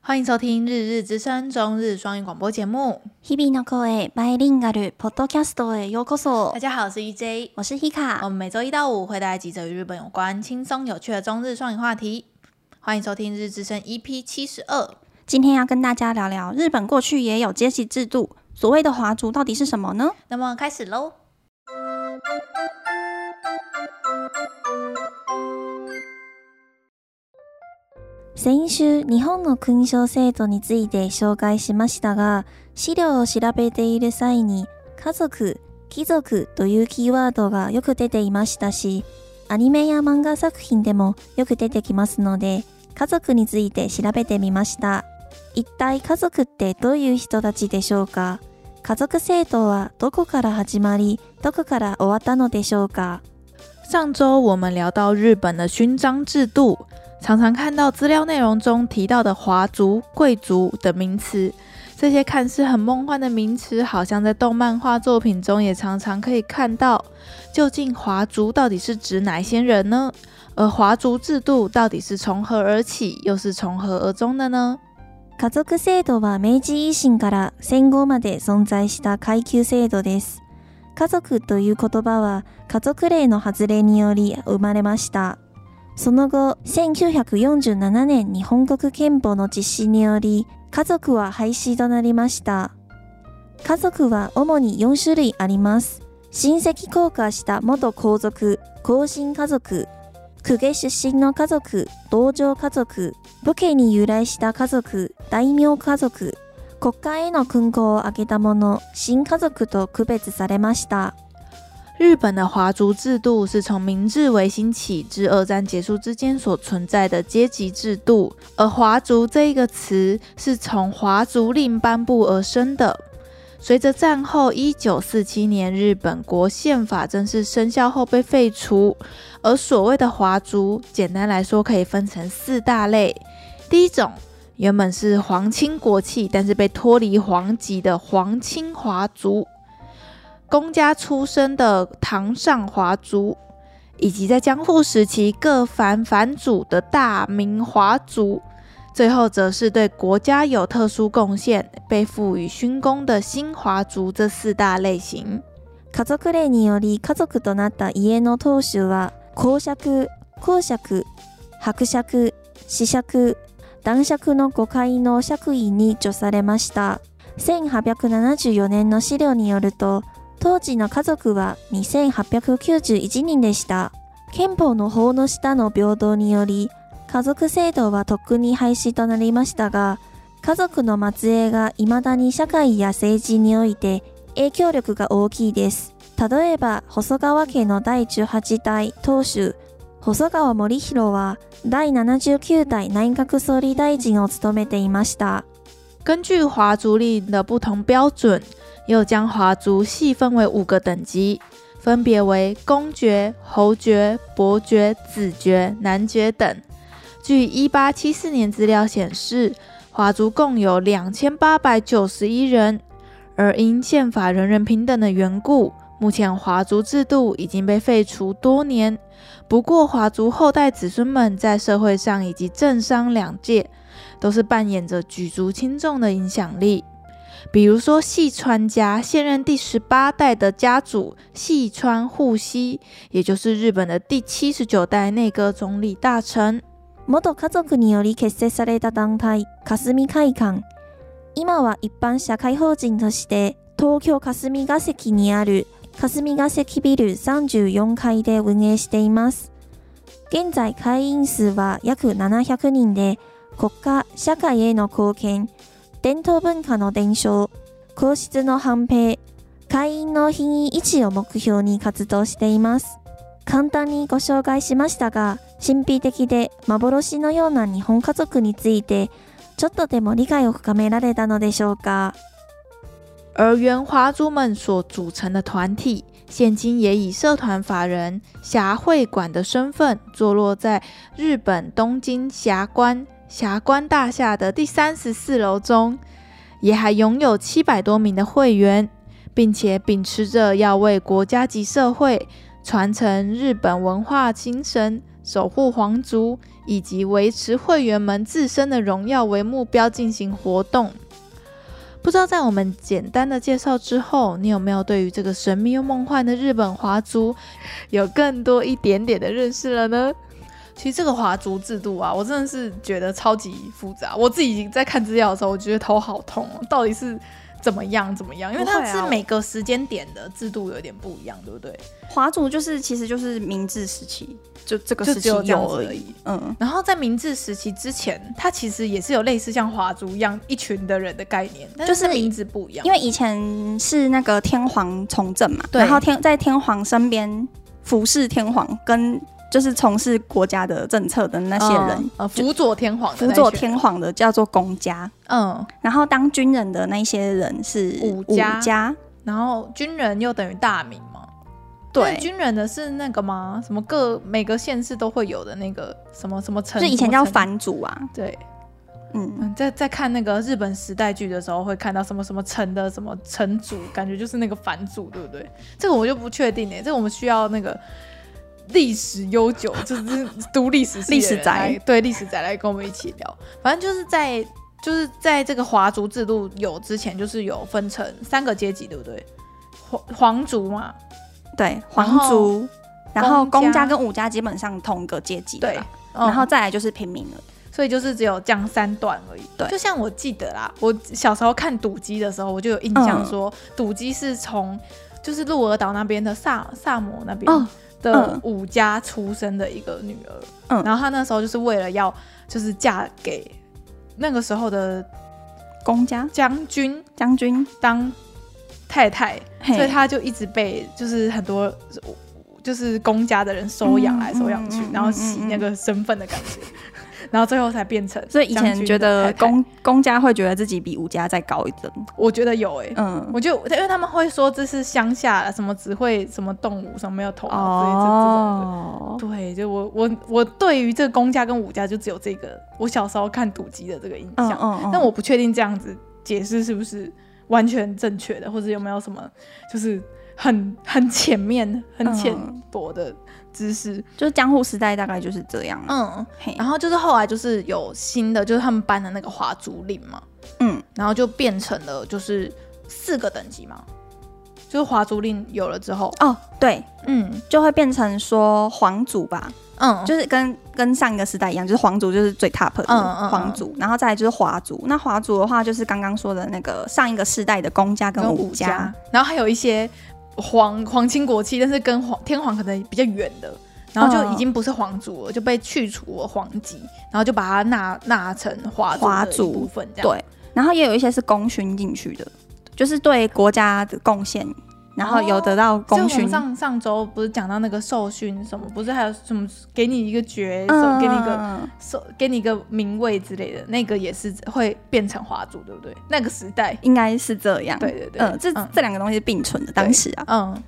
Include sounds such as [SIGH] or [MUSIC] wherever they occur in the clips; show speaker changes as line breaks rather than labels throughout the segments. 欢迎收听《日日之声》中日双语广播节目。
日々の声バイリンガルポッドキャストへようこそ
大。家好，我是 EJ，
我是 Hika
我。们每周一到五会带来几则与日本有关、轻松有趣的中日双语话题。欢迎收听《日日之声》EP 七十二。
今天要跟大家聊聊日本过去也有阶级制度，所谓的华族到底是什么呢？
那么开始喽。
先週、日本の勲章制度について紹介しましたが、資料を調べている際に、家族、貴族というキーワードがよく出ていましたし、アニメや漫画作品でもよく出てきますので、家族について調べてみました。一体家族ってどういう人たちでしょうか家族制度はどこから始まり、どこから終わったのでしょうか
上周我们聊到日本的勋章制度，常常看到资料内容中提到的华族、贵族等名词，这些看似很梦幻的名词，好像在动漫画作品中也常常可以看到。究竟华族到底是指哪些人呢？而华族制度到底是从何而起，又是从何而终的呢？
家族制度は明治維新から戦後まで存在した階級制度です。家族という言葉は家族令の発令により生まれました。その後、1947年に本国憲法の実施により、家族は廃止となりました。家族は主に4種類あります。親戚降下した元皇族、皇親家族、公家出身の家族、同情家族、武家に由来した家族、大名家族、国家への勲功を挙げた者、新家族と区別されました。
日本的华族制度是从明治维新起至二战结束之间所存在的阶级制度，而“华族”这一个词是从华族令颁布而生的。随着战后一九四七年日本国宪法正式生效后被废除，而所谓的华族，简单来说可以分成四大类。第一种原本是皇亲国戚，但是被脱离皇籍的皇亲华族。公家出身的堂上华族，以及在江户时期各藩藩主的大明华族，最后则是对国家有特殊贡献、被赋予勋功的新华族这四大类型。
家族令により家族となった家の当主は、公爵、公爵、伯爵、子爵、男爵の5階の爵位に除されました。1874年の資料によると、当時の家族は2891人でした。憲法の法の下の平等により、家族制度はとっくに廃止となりましたが、家族の末裔が未だに社会や政治において影響力が大きいです。例えば、細川家の第18代当主、細川森弘は第79代内閣総理大臣を務めていました。
根据华族令的不同标准，又将华族细分为五个等级，分别为公爵、侯爵、伯爵、子爵、男爵等。据1874年资料显示，华族共有2891人，而因宪法人人平等的缘故，目前华族制度已经被废除多年。不过，华族后代子孙们在社会上以及政商两界都是扮演着举足轻重的影响力。比如说，细川家现任第十八代的家主细川护熙，也就是日本的第七十九代内阁总理大臣。
元家族により結成された団体、霞会館。今は一般社会法人として、東京霞が関にある霞が関ビル34階で運営しています。現在会員数は約700人で、国家、社会への貢献、伝統文化の伝承、皇室の繁栄、会員の品位維持を目標に活動しています。簡単にご紹介しましたが神秘的で幻のような日本家族についてちょっとでも理解を深められたのでしょうか
而原华族们所组成的团体，现今也以社团法人霞会馆的身份，坐落在日本东京霞关霞关大厦的第三十四楼中，也还拥有七百多名的会员，并且秉持着要为国家及社会传承日本文化精神、守护皇族以及维持会员们自身的荣耀为目标进行活动。不知道在我们简单的介绍之后，你有没有对于这个神秘又梦幻的日本华族有更多一点点的认识了呢？其实这个华族制度啊，我真的是觉得超级复杂。我自己在看资料的时候，我觉得头好痛哦，到底是怎么样怎么样？因为它
不会
是
啊
每个时间点的制度有点不一样，对不对？
华族就是其实就是明治时期，就这个
就
时
只
期
有这样
有
子
而
而
已。嗯，
然后在明治时期之前，它其实也是有类似像华族一样一群的人的概念，但
就是
它名字不一样。
因为以前是那个天皇从政嘛，
对
然后天在天皇身边服侍天皇，跟就是从事国家的政策的那些人，
呃，辅佐天皇的
辅
那一群
佐
人，
天皇的叫做公家，
嗯，
然后当军人的那些人是
武
武
家
家
然后军人又等于大名嘛。
对
但军人的是那个吗？什么各每个县市都会有的那个什么什么城？
就以
什
前
么
叫
城。
藩主啊，
对，
嗯，
嗯，在在看那个日本时代剧的时候，会看到什么什么城的什么城主，感觉就是那个藩主，对不对？这个我就不确定哎、这个我们需要那个历史悠久，就是读历史系的人
历史宅
来对历史宅来跟我们一起聊。反正就是在就是在这个华族制度有之前，就是有分成三个阶级，对不对？皇皇族嘛，
对，
然
皇族，然后
公
公
家
家哦跟武家基本上同个阶级的
对
啦，，
嗯
然后再来就是平民了。
所以就是只有这样三段而已。
对
就像我记得啦，我小时候看《赌鸡》的时候，我就有印象说，
嗯
赌鸡是从就是鹿儿岛那边的萨萨摩那边
哦
的
嗯
武家出生的一个女儿，
嗯
然后她那时候就是为了要就是嫁给那个时候的
公家
将军
将军，
当太太，
嘿
所以她就一直被就是很多。就是公家的人收养来收养去，
嗯嗯嗯
然后洗那个身份的感觉， [LAUGHS] 然后最后才变成
所以以
将
前
军
觉
的
得
太太
公公家会觉得自己比武家再高一等，
我觉得有诶、
嗯，
我就因为他们会说这是乡下什么只会什么动物什么没有头脑之类这
哦
这，种的。对，就我我我对于这个公家跟武家就只有这个，我小时候看赌鸡的这个印
嗯
象，
嗯嗯，
但我不确定这样子解释是不是完全正确的，或者有没有什么就是很很浅面、很浅
嗯
薄的知识。
就是江户时代大概就是这样，嗯，
嗯，
嘿，
然后就是后来就是有新的，就是他们颁的那个华族令嘛，
嗯，
然后就变成了就是四个等级嘛，就是华族令有了之后，
哦，对，
嗯
就会变成说皇族吧，
嗯，就
就是跟跟上一个时代一样，就是皇族就是最 top 的
嗯嗯嗯
皇族，然后再来就是华族，那华族的话就是刚刚说的那个上一个世代的公家跟
跟武
武家
家，，然后还有一些皇皇亲国戚，但是跟皇天皇可能比较远的。然后
嗯
就已经不是皇族了，就被去除了皇籍，然后就把它纳纳成华族
华
的一
族
部分这样。
对，然后也有一些是功勋进去的，就是对国家的贡献，然后有得到
就我
功
们
勋。
上上周不是讲到那个授勋什么，不是还有什么给你一个爵，什
嗯
么给你一个
嗯
授，给你一个名位之类的，那个也是会变成华族，对不对？那个时代，
应该是这样。
对对对，
嗯，这、
嗯
这两个东西是并存的，当时啊，
嗯，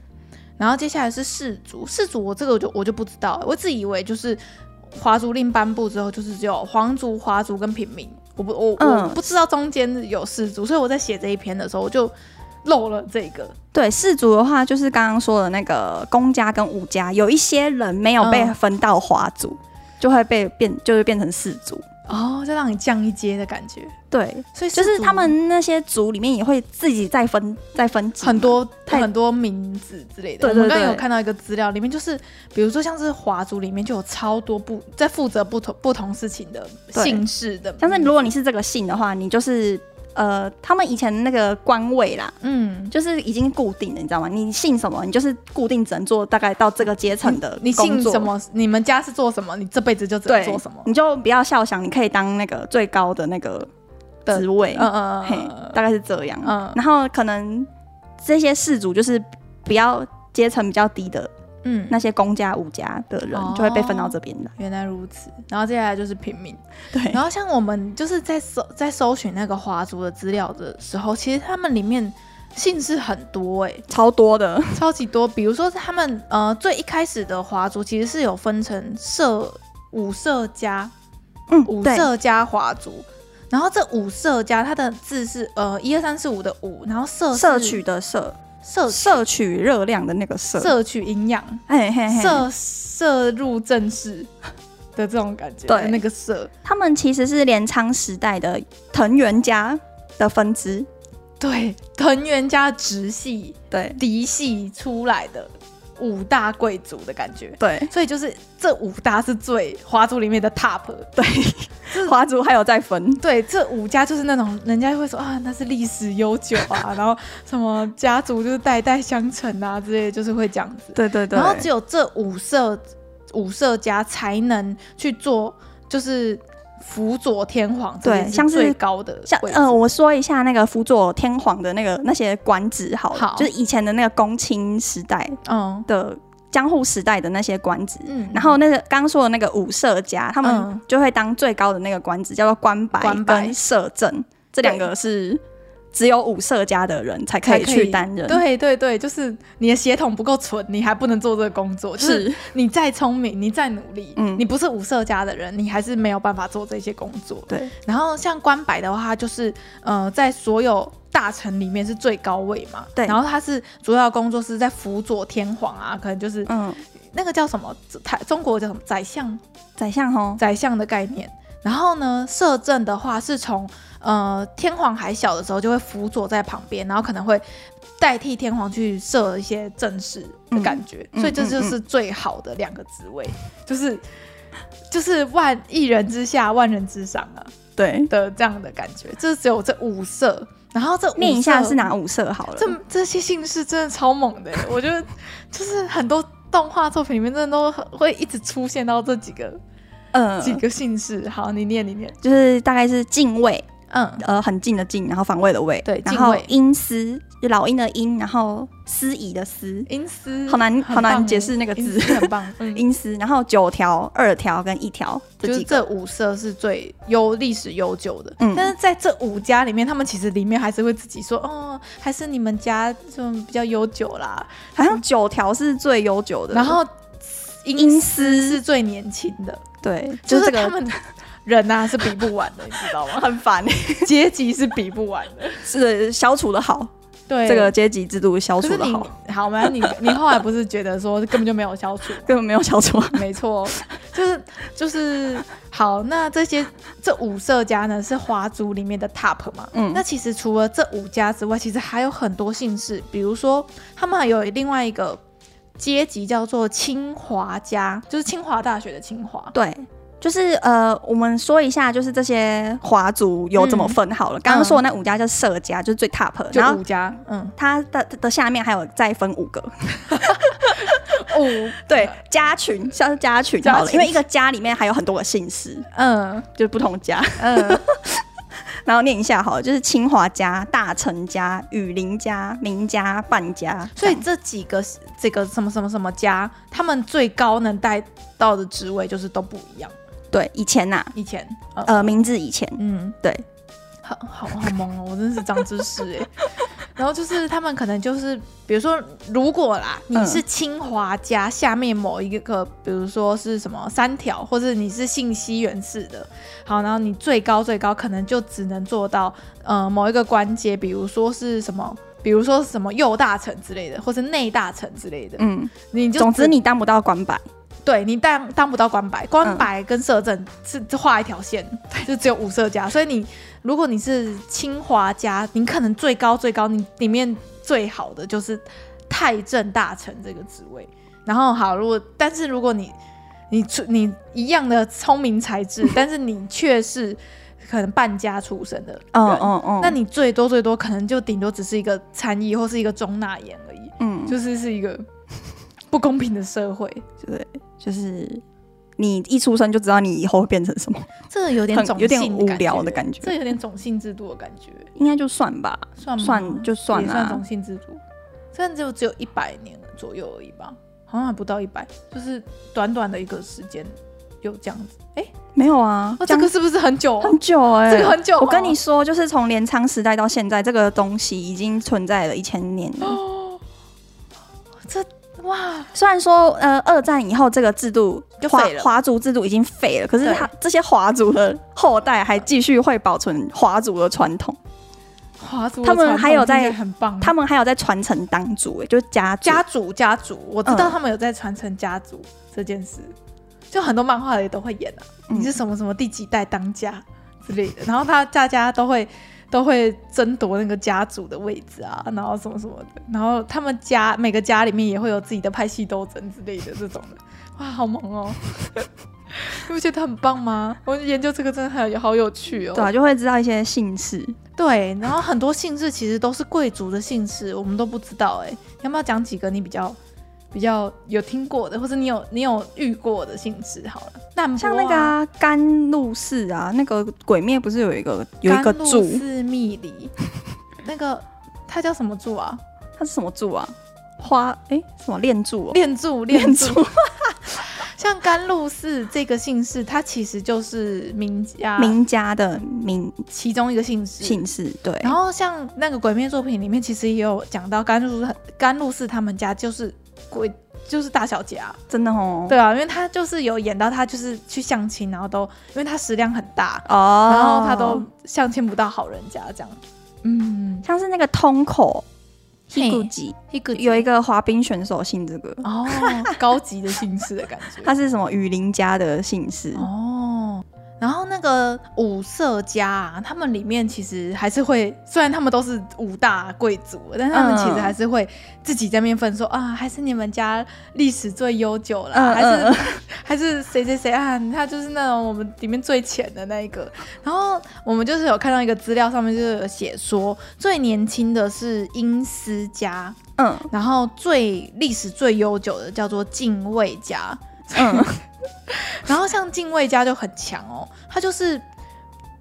然后接下来是氏族，氏族我这个我就我就不知道了，我自以为就是华族令颁布之后，就是只有皇族、华族跟平民，我不我、我
嗯
不知道中间有氏族，所以我在写这一篇的时候我就漏了这个，
对氏族的话，就是刚刚说的那个公家跟武家，有一些人没有被
嗯
分到华族，就会被变，就是变成氏族。
哦，就让你降一阶的感觉，
对，
所以氏
就
族
是他们那些族里面也会自己再分再分级嘛
很。多
太
很多名字之类的。
对对
我们刚
对
刚有看到一个资料，里面就是比如说像是华族里面就有超多不在负责不同不同事情的
对
姓氏的名字，
但是如果你是这个姓的话，你就是呃，他们以前那个官位啦，
嗯。
就是已经固定了，你知道吗？你姓什么，你就是固定只能做大概到这个阶层的
你姓
工作
什？么？你们家是做什么？你这辈子就只能
对，
做什么？
你就不要笑想，你可以当那个最高的那个呃
的
职位，
嗯嗯
嘿
嗯，
大概是这样。
嗯
然后可能这些氏族就是比较阶层比较低的
嗯，
那些公家、武家的人
哦，
就会被分到这边来。
原来如此。然后接下来就是平民。
对
然后像我们就是在搜在搜寻那个华族的资料的时候，其实他们里面姓氏很多哎、
超多的，
超级多。比如说他们呃最一开始的华族其实是有分成社五社家、
嗯，
五
对，
社家华族，然后这五社家它的字是呃一二三四五的五，然后社是
摄取的摄，
社
摄取热量的那个摄，
摄取营养
嘿嘿嘿，
摄摄入正事的这种感觉，
对
那个社，
他们其实是镰仓时代的藤原家的分支，
对，藤原家直系、
对
嫡系出来的五大贵族的感觉。
对
所以就是这五大是最华族里面的 top，
对，华族还有在分，
对，这五家就是那种人家会说啊，那是历史悠久啊，然后什么家族就是代代相承啊之类的，就是会这样子。
对对对，
然后只有这五色五色家才能去做，就是辅佐天皇，
对
这件事
像是
最高的
像
位置
呃，我说一下那个辅佐天皇的那个那些官职好了，
好
就是以前的那个公卿时代
嗯
的江户时代的那些官职。
嗯
然后那个刚刚说的那个武社家，他
嗯
们就会当最高的那个官职，叫做官白
官白
跟摄政，这两个是只有武社家的人才可
才
以
可以
去担任。
对对对，就是你的血统不够纯，你还不能做这个工作。就是
是
你再聪明，你再努力，
嗯
你不是五色家的人，你还是没有办法做这些工作。
对，
然后像官白的话，他就是呃，在所有大臣里面是最高位嘛。
对
然后他是主要工作是在辅佐天皇啊，可能就是、
嗯，
那个叫什么，台中国叫什么宰相，
宰相哦吼，
宰相的概念。然后呢，摄政的话是从呃天皇还小的时候就会辅佐在旁边，然后可能会代替天皇去设一些政事的感觉，
嗯
所以这
嗯嗯
就是最好的两个职位，就是就是万一人之下万人之上啊
对，
的这样的感觉，这只有这五色，然后这五
念一下
色
是哪五社好了。
这这些姓氏真的超猛
[LAUGHS]
的，欸我觉得就是很多动画作品里面真的都会一直出现到这几个
呃，
几个姓氏。好，你念，你念。
就是大概是近卫，
嗯，
呃，很近的近，然后防卫的卫，
对
然
近
后
卫
阴司，就老鹰的鹰，然后司仪的司，
阴司
好难
很
好难
棒
解
哦
释那个
阴
字
司很棒。
[LAUGHS]
嗯，
阴司，然后九条、二条跟一条
就
这
是
几个，
这五色是最悠历史悠久的。
嗯
但是在这五家里面，他们其实里面还是会自己说，哦，还是你们家就比较悠久啦。
好像九条是最悠久的，
然后
阴
阴
司
是最年轻的，
对，
就
就是
是
这
他
个
们人呐、是比不完的，你知道
[LAUGHS]
吗？
很烦，欸
阶级是比不完的。
是消除的好，
对，
这个阶级制度消
可
除
是
的
你
好，
好，反正你你后来不是觉得说根本就没有消除吗？
根本没有消除啊，
没错，就是就是好。那这些这五色家呢是华族里面的 top 嘛？
嗯
那其实除了这五家之外，其实还有很多姓氏，比如说他们还有另外一个阶级叫做清华家，就是清华大学的清华。
[LAUGHS] 对。就是呃，我们说一下，就是这些华族有怎么分好了。刚刚说的那五家叫社家，嗯就是最 top，的
就
然
五
后
家，嗯，
它的的下面还有再分五 [LAUGHS] 个，
五，
对，家群像是家群好
家
了，
群
因为一个家里面还有很多个姓氏，
嗯
就是不同家。
嗯，
[LAUGHS] 然后念一下好了，就是清华家、大成家、雨林家、明家、半家。
所以
这
这
样
几个这个什么什么什么家，他们最高能带到的职位就是都不一样。
对以前呐、啊
以前，呃
呃，名字以前
嗯，
对，
好好好萌哦，我真是长知识
[LAUGHS]
哎。然后就是他们可能就是，比如说，如果啦，你
嗯
是清华家下面某一个，比如说是什么三条，或者你是信息源氏的，好，然后你最高最高可能就只能做到呃某一个关节，比如说是什么，比如说什么右大臣之类的，或是内大臣之类的，
嗯，
你就
总
只
之你当不到官版，
对你当当不到官白，官白跟摄政是是画一条线，就只有五色家。所以你如果你是清华家，你可能最高最高，你里面最好的就是太政大臣这个职位。然后好，如果但是如果你你出你一样的聪明才智，但是你却是可能半家出身的人，
哦哦哦，
那你最多最多可能就顶多只是一个参议或是一个中纳言而已，
嗯，就
就是是一个不公平的社会。
对，就是你一出生就知道你以后会变成什么，
这个有点种
很有点
姓
无
的感觉
聊的感
这
觉，
有点种姓制度的感觉，
应该就算吧，
算吗
算就算
也
啦、
算种姓制度，虽然只有只有一百年左右而已吧，好像还不到一百，就是短短的一个时间有这样子。哎、
没有啊，
那这
这样
个是不是很久、哦
很久哎、
这个很久哦
我跟你说，就是从镰仓时代到现在，这个东西已经存在了一千年了。
哦，这哇，
虽然说，呃，二战以后这个制度
就
华
废了
华族制度已经废了，可是
对
他这些华族的后代还继续会保存华族的传统，
嗯华族的
他们
传统
还有在
听起来很棒，
他们还有在传承当族、欸，就是家族
家族家族，我知道
嗯
他们有在传承家族这件事，就很多漫画里都会演啊，
嗯
你是什么什么第几代当家之类的，然后他大家都会 [LAUGHS] 都会争夺那个家族的位置啊，然后什么什么的，然后他们家每个家里面也会有自己的派系斗争之类的这种的，哇，好萌哦！ [LAUGHS] 你不觉得很棒吗？我研究这个真的很好有趣哦。
对啊，就会知道一些姓氏。
对，然后很多姓氏其实都是贵族的姓氏，我们都不知道哎、要不要讲几个你比较比较有听过的，或者你有你有遇过的姓氏？好了，那
像那个啊、甘露寺啊，那个鬼灭不是有一个有一个柱，
是蜜
[LAUGHS]
梨，那个它叫什么柱啊？
它是什么柱啊？花哎、什么炼柱、哦？
炼柱，炼
炼
柱。
柱，
像甘露寺这个姓氏，它其实就是名家
名家的名
其中一个姓氏。
姓氏，对，
然后像那个《鬼灭》作品里面，其实也有讲到甘露寺，甘露寺他们家就是鬼，就是大小姐啊。
真的哦，
对啊，因为他就是有演到他就是去相亲，然后都因为他食量很大，
哦，
然后他都相亲不到好人家这样。嗯，
像是那个通口
嘿
顾吉，
一个
有一个滑冰选手姓这个，
哦高级的姓氏的感觉。
他是什么雨林家的姓氏，
哦，然后那个五色家、啊，他们里面其实还是会，虽然他们都是五大贵族，但他们
嗯
其实还是会自己在面分说、啊，还是你们家历史最悠久啦，
嗯
还是、 [LAUGHS]
嗯
还是谁谁谁啊，他就是那种我们里面最浅的那一个。然后我们就是有看到一个资料上面就是有写说，最年轻的是英斯家，
嗯
然后最历史最悠久的叫做近卫家。 [LAUGHS]
嗯，
然后像近卫家就很强哦，他就是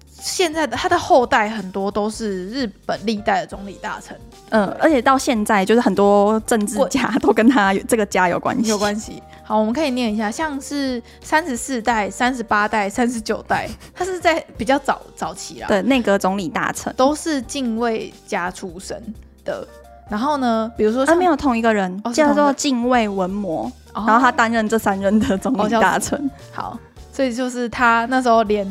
现在的他的后代很多都是日本历代的总理大臣
嗯，而且到现在就是很多政治家都跟他有这个家有关系，
有关系。好，我们可以念一下，像是三十四代、三十八代、三十九代，他是在比较早早期啦，
对内阁总理大臣，
都是近卫家出身的。然后呢，比如说
他
像
啊没有同一个人
哦，是同
叫
一个
做近卫文魔，
哦
然后他担任这三任的总
哦
理
叫
大臣，
好，所以就是他那时候连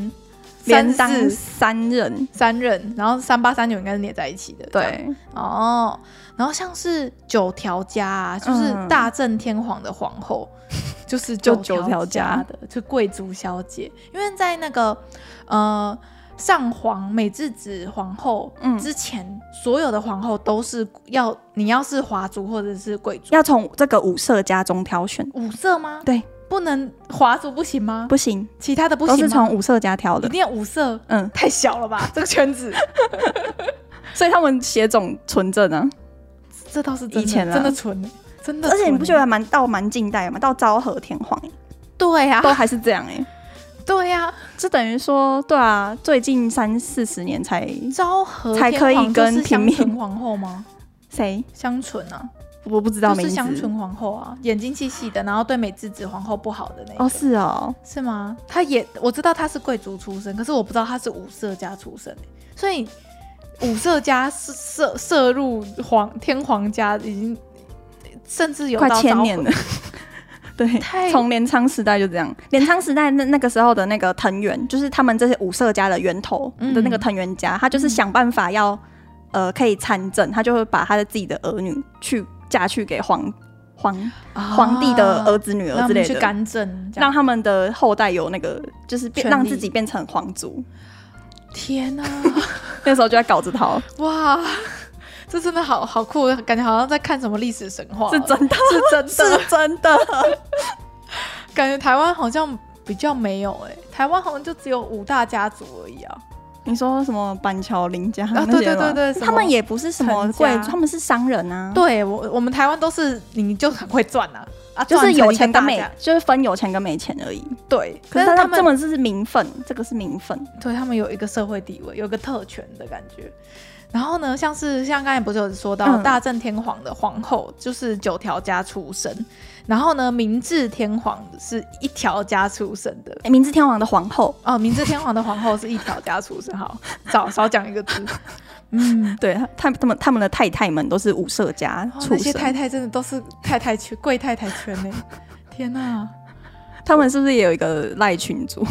连
三
当
四
三任，
三任，然后三八三九应该是连在一起的，这样
对，
哦，然后像是九条家、啊，就是
嗯
大正天皇的皇后， [LAUGHS] 就是
就
九
九条家
的，就贵族小姐。因为在那个呃上皇美智子皇后
嗯
之前，所有的皇后都是要你要是华族或者是贵族，
要从这个五色家中挑选，
五色吗？
对，
不能华族不行吗？
不行，
其他的不
都
行
是
吗？
从五色家挑
一
的，
定要五色。
嗯，
太小了吧，这个圈子，
所以他们血种纯正啊，
[LAUGHS] 这倒是真的，
以前啊
真的纯欸，真的
而
纯欸。
且你不觉得蛮到蛮近代的吗？到昭和天皇欸
对呀、
都
啊，
还是这样哎、
对啊呀、
这等于说，对啊，最近三四十年才
昭和
才可以
天皇就是
跟平民
香唇皇后吗？ [LAUGHS]
谁，
香纯啊，
我不知道
就
名
是
字。
香纯皇后啊，眼睛细细的，然后对美智子皇后不好的那个、
哦，是哦，
是吗？她也我知道她是贵族出身，可是我不知道她是五色家出身欸、所以五色家是涉涉入皇天皇家已经甚至有
快
到
千
昭
年
和
了。 [LAUGHS] 对，
太
从镰仓时代就这 [LAUGHS] 样。镰仓时代那那个时候的那个藤原，就是他们这些武社家的源头
嗯
的那个藤原家，他就是想办法要呃可以参政，他就会把他的自己的儿女去嫁去给皇皇
啊
皇帝的儿子女
让
儿
他
之
们
类
去
的，
干政，这
让
样
他们的后代有那个就是变
权利
让自己变成皇族。
天
啊
哪、
那时候就在搞这套，
[LAUGHS] 哇！ [LAUGHS] 这真的好好酷，感觉好像在看什么历史神话哦，
是真的，
[LAUGHS] 是真的，
[LAUGHS] 是真的。
感觉台湾好像比较没有哎、台湾好像就只有五大家族而已啊。
你说什么板桥林家
啊
那些
对对
吗
对对
他
什
们
么
也不是什么
陈
贵
家
族，他们是商人啊。
对我我们台湾都是你就很会赚啊啊，
就是
赚成
有
一
钱
个
跟
大
没
家，
就是分有钱跟没钱而已。
对，
可
但
是
是
他
他
们这
们
么是名分，这个是名分。
对他们有一个社会地位，有一个特权的感觉。然后呢，像是像刚才不是有说到、
嗯
大正天皇的皇后就是九条家出身，然后呢明治天皇是一条家出身的，
诶哎明治天皇的皇后，
哦，明治天皇的皇后是一条家出身，好，少少讲一个字，嗯，
对他他他们他们的太太们都是武社家
哦
出
那些
身，
太太真的都是太太圈，贵太太圈
[LAUGHS]
呢、天哪、
他们是不是也有一个赖群主？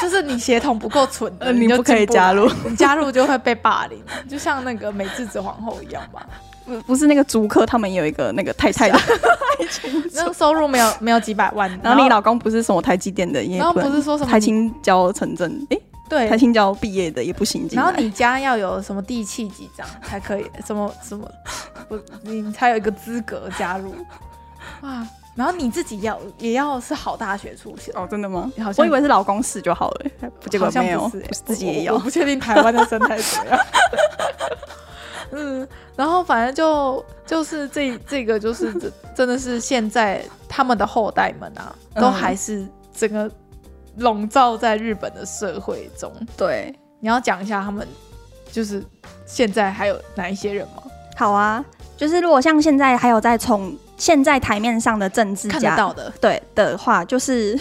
就是你血统不够纯的，
呃你
就 [LAUGHS]
不可以
进来
加入， [LAUGHS]
你加入就会被霸凌，就像那个美智子皇后一样吧。
不 [LAUGHS] 不是那个租客，他们有一个那个太太
啊
的爱情
那
组
个收入没有没有几百万，
然后你老公不是什么台积电的，也
然后
能
不是说什么
台青交城镇，诶，
对
台，青交毕业的也不行进
然
来
后你家要有什么地契几张才可以？什么什么，不，你才有一个资格加入。哇，然后你自己要也要是好大学出身，
哦，真的吗
好？像
我以为是老公试就好了，哎结果
好像
没有，
不是欸
不是自己
我
也
我
要
我。不确定台湾的生态怎么样。
[LAUGHS]
嗯，然后反正就就是这这个就是真真的是现在他们的后代们啊，都
嗯
还是整个笼罩在日本的社会中。
对，
你要讲一下他们就是现在还有哪一些人吗？
好啊，就是如果像现在还有在从现在台面上的政治
看
家
得到的
对的话，就是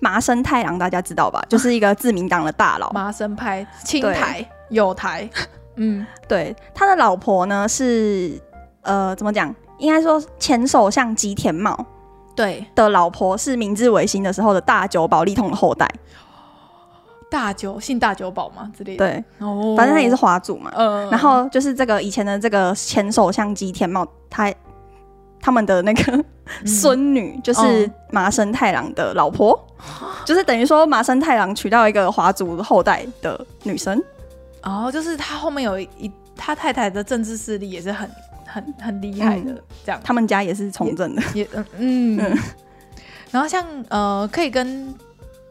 麻生太郎，大家知道吧？就是一个自民党的大佬。
啊麻生派、青台、友
[LAUGHS]
台，嗯，
对，他的老婆呢是呃，怎么讲？应该说前首相吉田茂
对，
的老婆是明治维新的时候的大久保利通的后代。
大久姓大久保嘛之类的，
对，
对，哦
反正他也是，华族嘛。
呃
然后就是这个以前的这个前首相吉田茂，他他们的那
[LAUGHS]
个嗯孙女就是
哦
麻生太郎的老婆，
嗯
就是等于说麻生太郎娶到一个华族后代的女生。
哦，就是他后面有一他太太的政治势力也是很很很厉害
嗯
的，这样
他们家也是从政的，
也嗯嗯，然后像呃，可以跟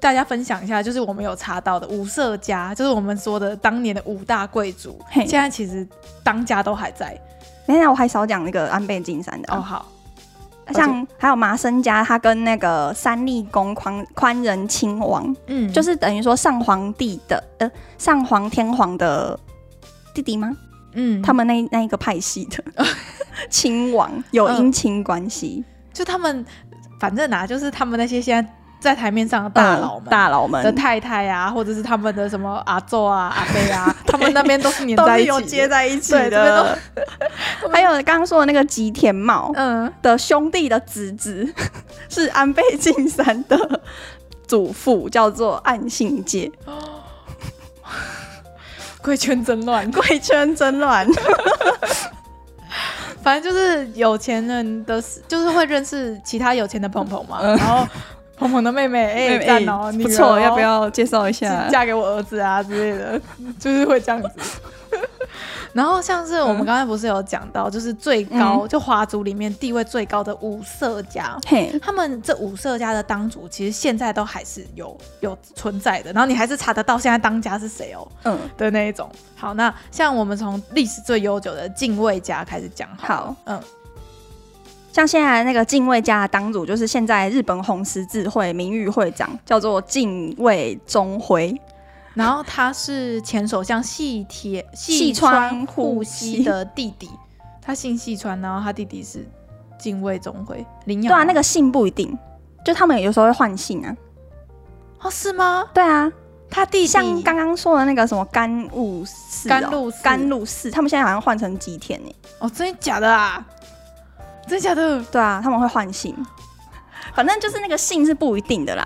大家分享一下，就是我们有查到的五色家，就是我们说的当年的五大贵族，
嘿
现在其实当家都还在
[LAUGHS] 等一下我还少讲那个安倍晋三的、
哦。
啊，
好，
像还有麻生家，他跟那个三立公宽宽仁亲王，
嗯，
就是是等于说上皇帝的呃上皇天皇的弟弟吗？
嗯，
他们那那一个派系的
[LAUGHS]
亲王有姻亲关系，
就他们，反正啊，就是他们那些现在在台面上的大佬
嗯
们、
大佬们
的太太啊，或者是他们的什么阿宙啊、阿贝啊，
[LAUGHS]
他们那边都是粘
都
在
是
一
有
起
接
的。
在一起
对这边
的。
[LAUGHS]
还有刚刚说的那个吉田茂
嗯，
的兄弟的侄子 [LAUGHS] 是安倍晋三的祖父，叫做岸信介。
[LAUGHS] 贵圈真乱。
贵圈真乱，
反正就是有钱人的，就是会认识其他有钱的鹏鹏嘛。然后鹏鹏的妹嗯 [LAUGHS] 妹，哎、
哎
赞哦，女
不
儿
错，
哦
要不要介绍一下？
嫁给我儿子啊之类的， [LAUGHS] 就是会这样子。 [LAUGHS] 然后像是我们刚才不是有讲到，就是最高、就华族里面地位最高的五色家，
嘿，
他们这五色家的当主其实现在都还是有有存在的，然后你还是查得到现在当家是谁哦
嗯，
的那一种。好，那像我们从历史最悠久的近卫家开始讲好了，
好
嗯，
像现在那个近卫家的当主，就是现在日本红十字会名誉会长，叫做近卫忠辉。
然后他是前首相细铁
细川户
希
希
的弟弟，他姓细川，然后他弟弟是近卫总会领养
对
吗。
啊，那个姓不一定，就他们有时候会换姓啊。
哦是吗？
对啊，
他弟弟
像刚刚说的那个什么甘露寺、哦，
甘露寺
甘露寺，他们现在好像换成吉田呢。
哦真的假的啊？真的假的？
对啊，他们会换姓，反正就是那个姓是不一定的啦，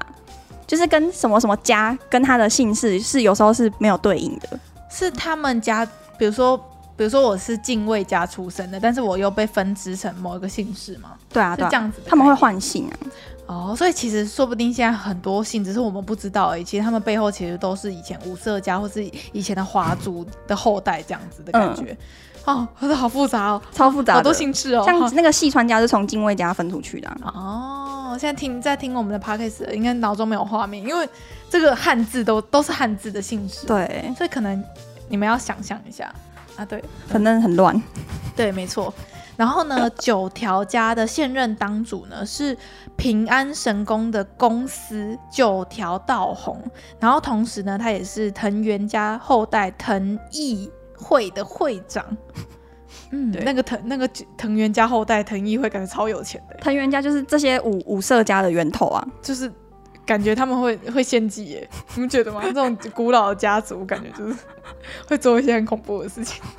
就是跟什么什么家跟他的姓氏是有时候是没有对应的。
是他们家，比如说比如说我是近卫家出身的，但是我又被分支成某一个姓氏吗？
对啊，
是
对
这
啊，
样子的概念、
他们会换姓啊。
哦，所以其实说不定现在很多姓只是我们不知道而已，其实他们背后其实都是以前五色家或是以前的华族的后代这样子的感觉。哦，可是好复杂哦，
超嗯复杂的
好多姓氏哦。
像那个细川家是从近卫家分出去的啊、
哦，现在听在听我们的 podcast，的应该脑中没有画面，因为这个汉字都都是汉字的姓氏，，
对，
所以可能你们要想象一下啊，对
反正很乱。
对，没错。然后呢，九条家的现任当主呢是平安神宫的公司九条道弘，然后同时呢，他也是藤原家后代藤义会的会长。嗯，
对
那个藤那个藤原家后代藤义会感觉超有钱的，
藤原家就是这些武武社家的源头啊。
就是感觉他们会会献祭耶， [LAUGHS] 你们觉得吗？这种古老的家族感觉就是 [LAUGHS] 会做一些很恐怖的事情。 [LAUGHS]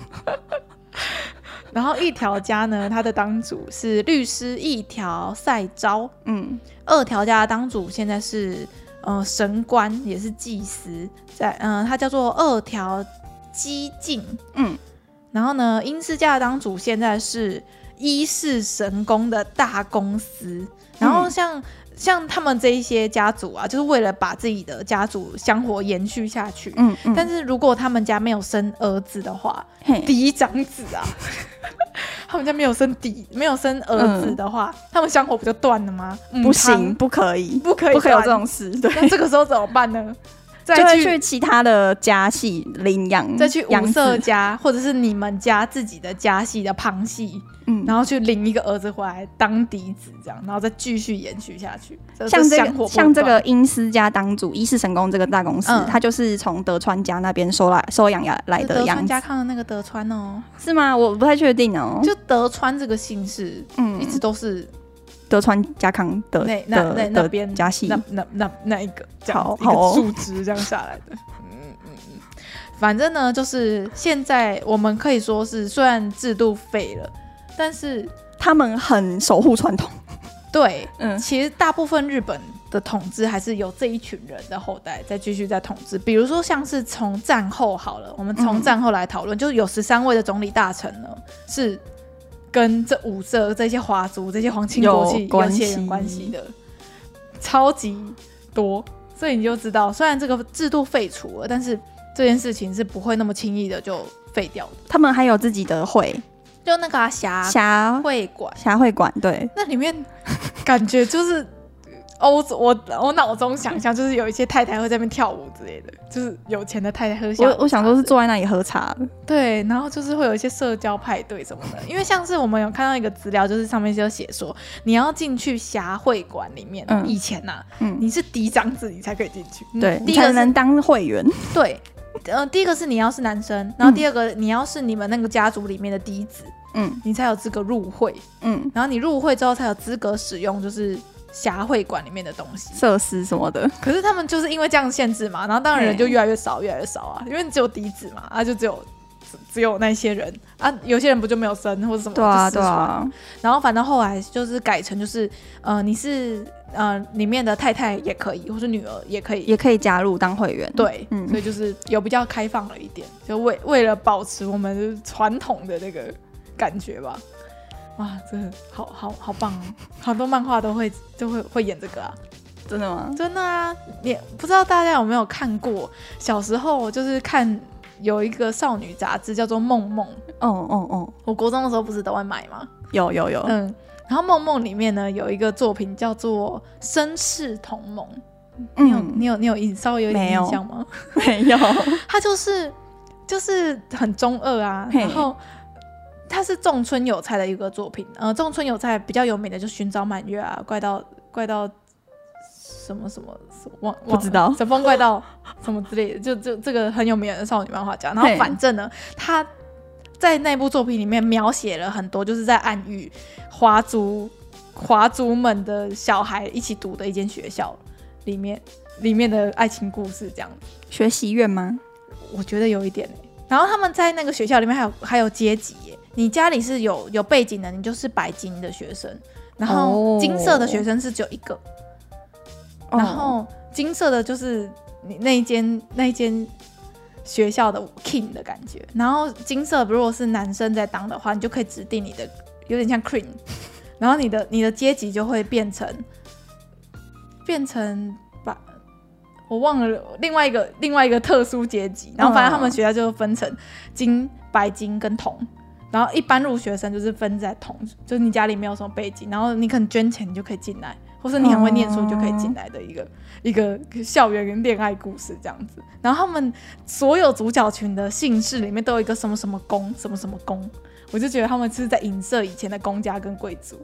然后一条家呢，它的当主是律师一条赛昭，
嗯，
二条家的当主现在是呃神官，也是祭司，在嗯、呃，他叫做二条基进，
嗯，
然后呢，英式嫁当主现在是伊势神宫的大公司，然
嗯
后像、像他们这一些家族啊，就是为了把自己的家族香火延续下去。
嗯嗯，
但是如果他们家没有生儿子的话，
嘿
嫡长子啊， [LAUGHS] 他们家没有生嫡没有生儿子的话，他们香火不就断了吗？母
嗯不
汤
行，，不可以，
不可以，
不可以有这。种事，对，
那这个时候怎么办呢？
[LAUGHS] 就
再
会
去
去其他的家系领养，
再去
养
五色
子，
家，或者是你们家自己的家系的旁系，
嗯，
然后去领一个儿子回来当嫡子，这样，然后再继续延续下去。
像
是
这
香火
个
不
像这
断
个英斯家当主伊势神宫这个大公司
嗯，
他就是从德川家那边收来收养来来
是
的
德
养
川
子
家，康的那个德川哦，
是吗？我不太确定哦。
就德川这个姓氏
嗯
一，直都是
德川家康的
那那那
的
那
的
边
家系，
那那那那一个这样
好
子一个
好哦
数值这样下来的。嗯嗯嗯，反正呢，就是现在我们可以说是虽然制度废了，但是
他们很守护传统。
对，
嗯
其实大部分日本的统治还是有这一群人的后代在继续在统治。比如说，像是从战后好了，我们从
嗯
战后来讨论，就是有十三位的总理大臣呢是跟这五色这些华族、这些皇亲国戚
有关系
血缘关系的，超级多。所以你就知道，虽然这个制度废除了，但是这件事情是不会那么轻易的就废掉的。
他们还有自己的会
就那个啊霞
霞
会馆。
霞会馆，对，
那里面感觉就是欧洲，我我脑中想象就是有一些太太会在那边跳舞之类的，就是有钱的太太喝下午
我我想说是
茶
坐在那里喝茶的，
对，然后就是会有一些社交派对什么的，因为像是我们有看到一个资料，就是上面就写说你要进去霞会馆里面，
嗯
以前呐、啊，
嗯，
你是嫡长子你才可以进去，
对，
嗯第
你
一个
才
是
能当会员。
对。呃，第一个是你要是男生，然后第二个、你要是你们那个家族里面的嫡子，
嗯
你才有资格入会。
嗯，
然后你入会之后才有资格使用，就是霞会馆里面的东西。
设施什么的，
可是他们就是因为这样限制嘛，然后当然人
对
就越来越少，越来越少啊，因为只有嫡子嘛，啊就只有只只有那些人啊，有些人不就没有生或者什么，
对啊
就失
对
传。
啊，
然后反正后来就是改成就是呃你是呃里面的太太也可以，或是女儿也可以，
也可以加入当会员。
对，
嗯
所以就是有比较开放了一点，就为为了保持我们传统的那个感觉吧。哇，真的好好好棒哦！好多漫画都会都会会演这个啊，
真的吗？
真的啊！你不知道大家有没有看过？小时候我就是看有一个少女杂志叫做《梦梦》，
哦哦哦，
我国中的时候不是都会买吗？
有有有，
嗯，然后《梦梦》里面呢有一个作品叫做《绅士同盟》，你有、你有你有印稍微有一点
没有
印象吗？
嗯没有，
他就是就是很中二啊，
嘿
然后他是仲村有菜的一个作品，呃，仲村有菜比较有名的就《寻找满月》啊，怪到怪到什么什么什么忘
不知道
神风怪盗什么之类的，就就这个很有名的少女漫画家，然后
嘿
反正呢，他在那部作品里面描写了很多，就是在暗喻华族华族们的小孩一起读的一间学校里面里面的爱情故事这样
[LAUGHS] 学习院吗？
我觉得有一点、欸、然后他们在那个学校里面还有还有阶级、耶，你家里是有有背景的，你就是白金的学生，然后
哦
金色的学生是只有一个，然后
哦
金色的就是你那一间那一间学校的 king 的感觉，然后金色如果是男生在当的话，你就可以指定你的有点像 queen，然后你的你的阶级就会变成变成把我忘了另外一个另外一个特殊阶级，然后反正他们学校就分成金、白金跟铜。然后一般入学生就是分在同，就是你家里没有什么背景，然后你可能捐钱你就可以进来，或是你很会念书你就可以进来的一个、一个校园跟恋爱故事这样子。然后他们所有主角群的姓氏里面都有一个什么什么公什么什么公，我就觉得他们是在影射以前的公家跟贵族。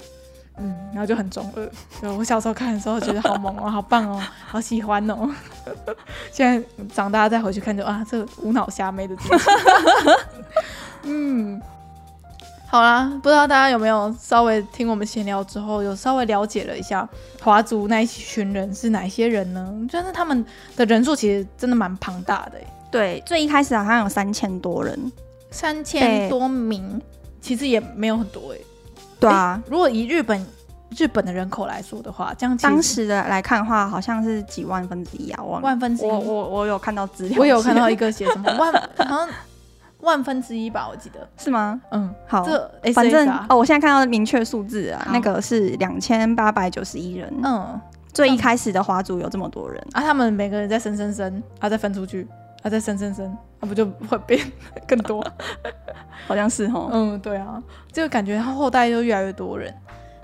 嗯，然后就很中二。对我小时候看的时候觉得好萌哦，好棒哦，好喜欢哦。 [LAUGHS] 现在长大再回去看就啊，这无脑瞎妹的自己。嗯，好啦，不知道大家有没有稍微听我们闲聊之后，有稍微了解了一下华族那一群人是哪些人呢？就是他们的人数其实真的蛮庞大的、欸，
对，最一开始好像有三千多人。
三千
对
多名，其实也没有很多哎、
对啊，
如果以日本日本的人口来说的话，这样其实
当时的来看的话，好像是几万分之一啊，我忘了。
[LAUGHS] 万分之一，
我我我有看到资料，
我有看到一个写什么万，好像万分之一吧，我记得。
是吗？
嗯，
好，
这 S
反正
S 啊
哦，我现在看到明确数字啊
好，
那个是两千八百九十一人。
嗯，啊，
最一开始的华族有这么多人，
他们每个人再升升升，啊，再分出去，啊，再升升升，那、啊、不就会变更多？ [LAUGHS]
好像是哦。
嗯，对啊，就感觉他后代就越来越多人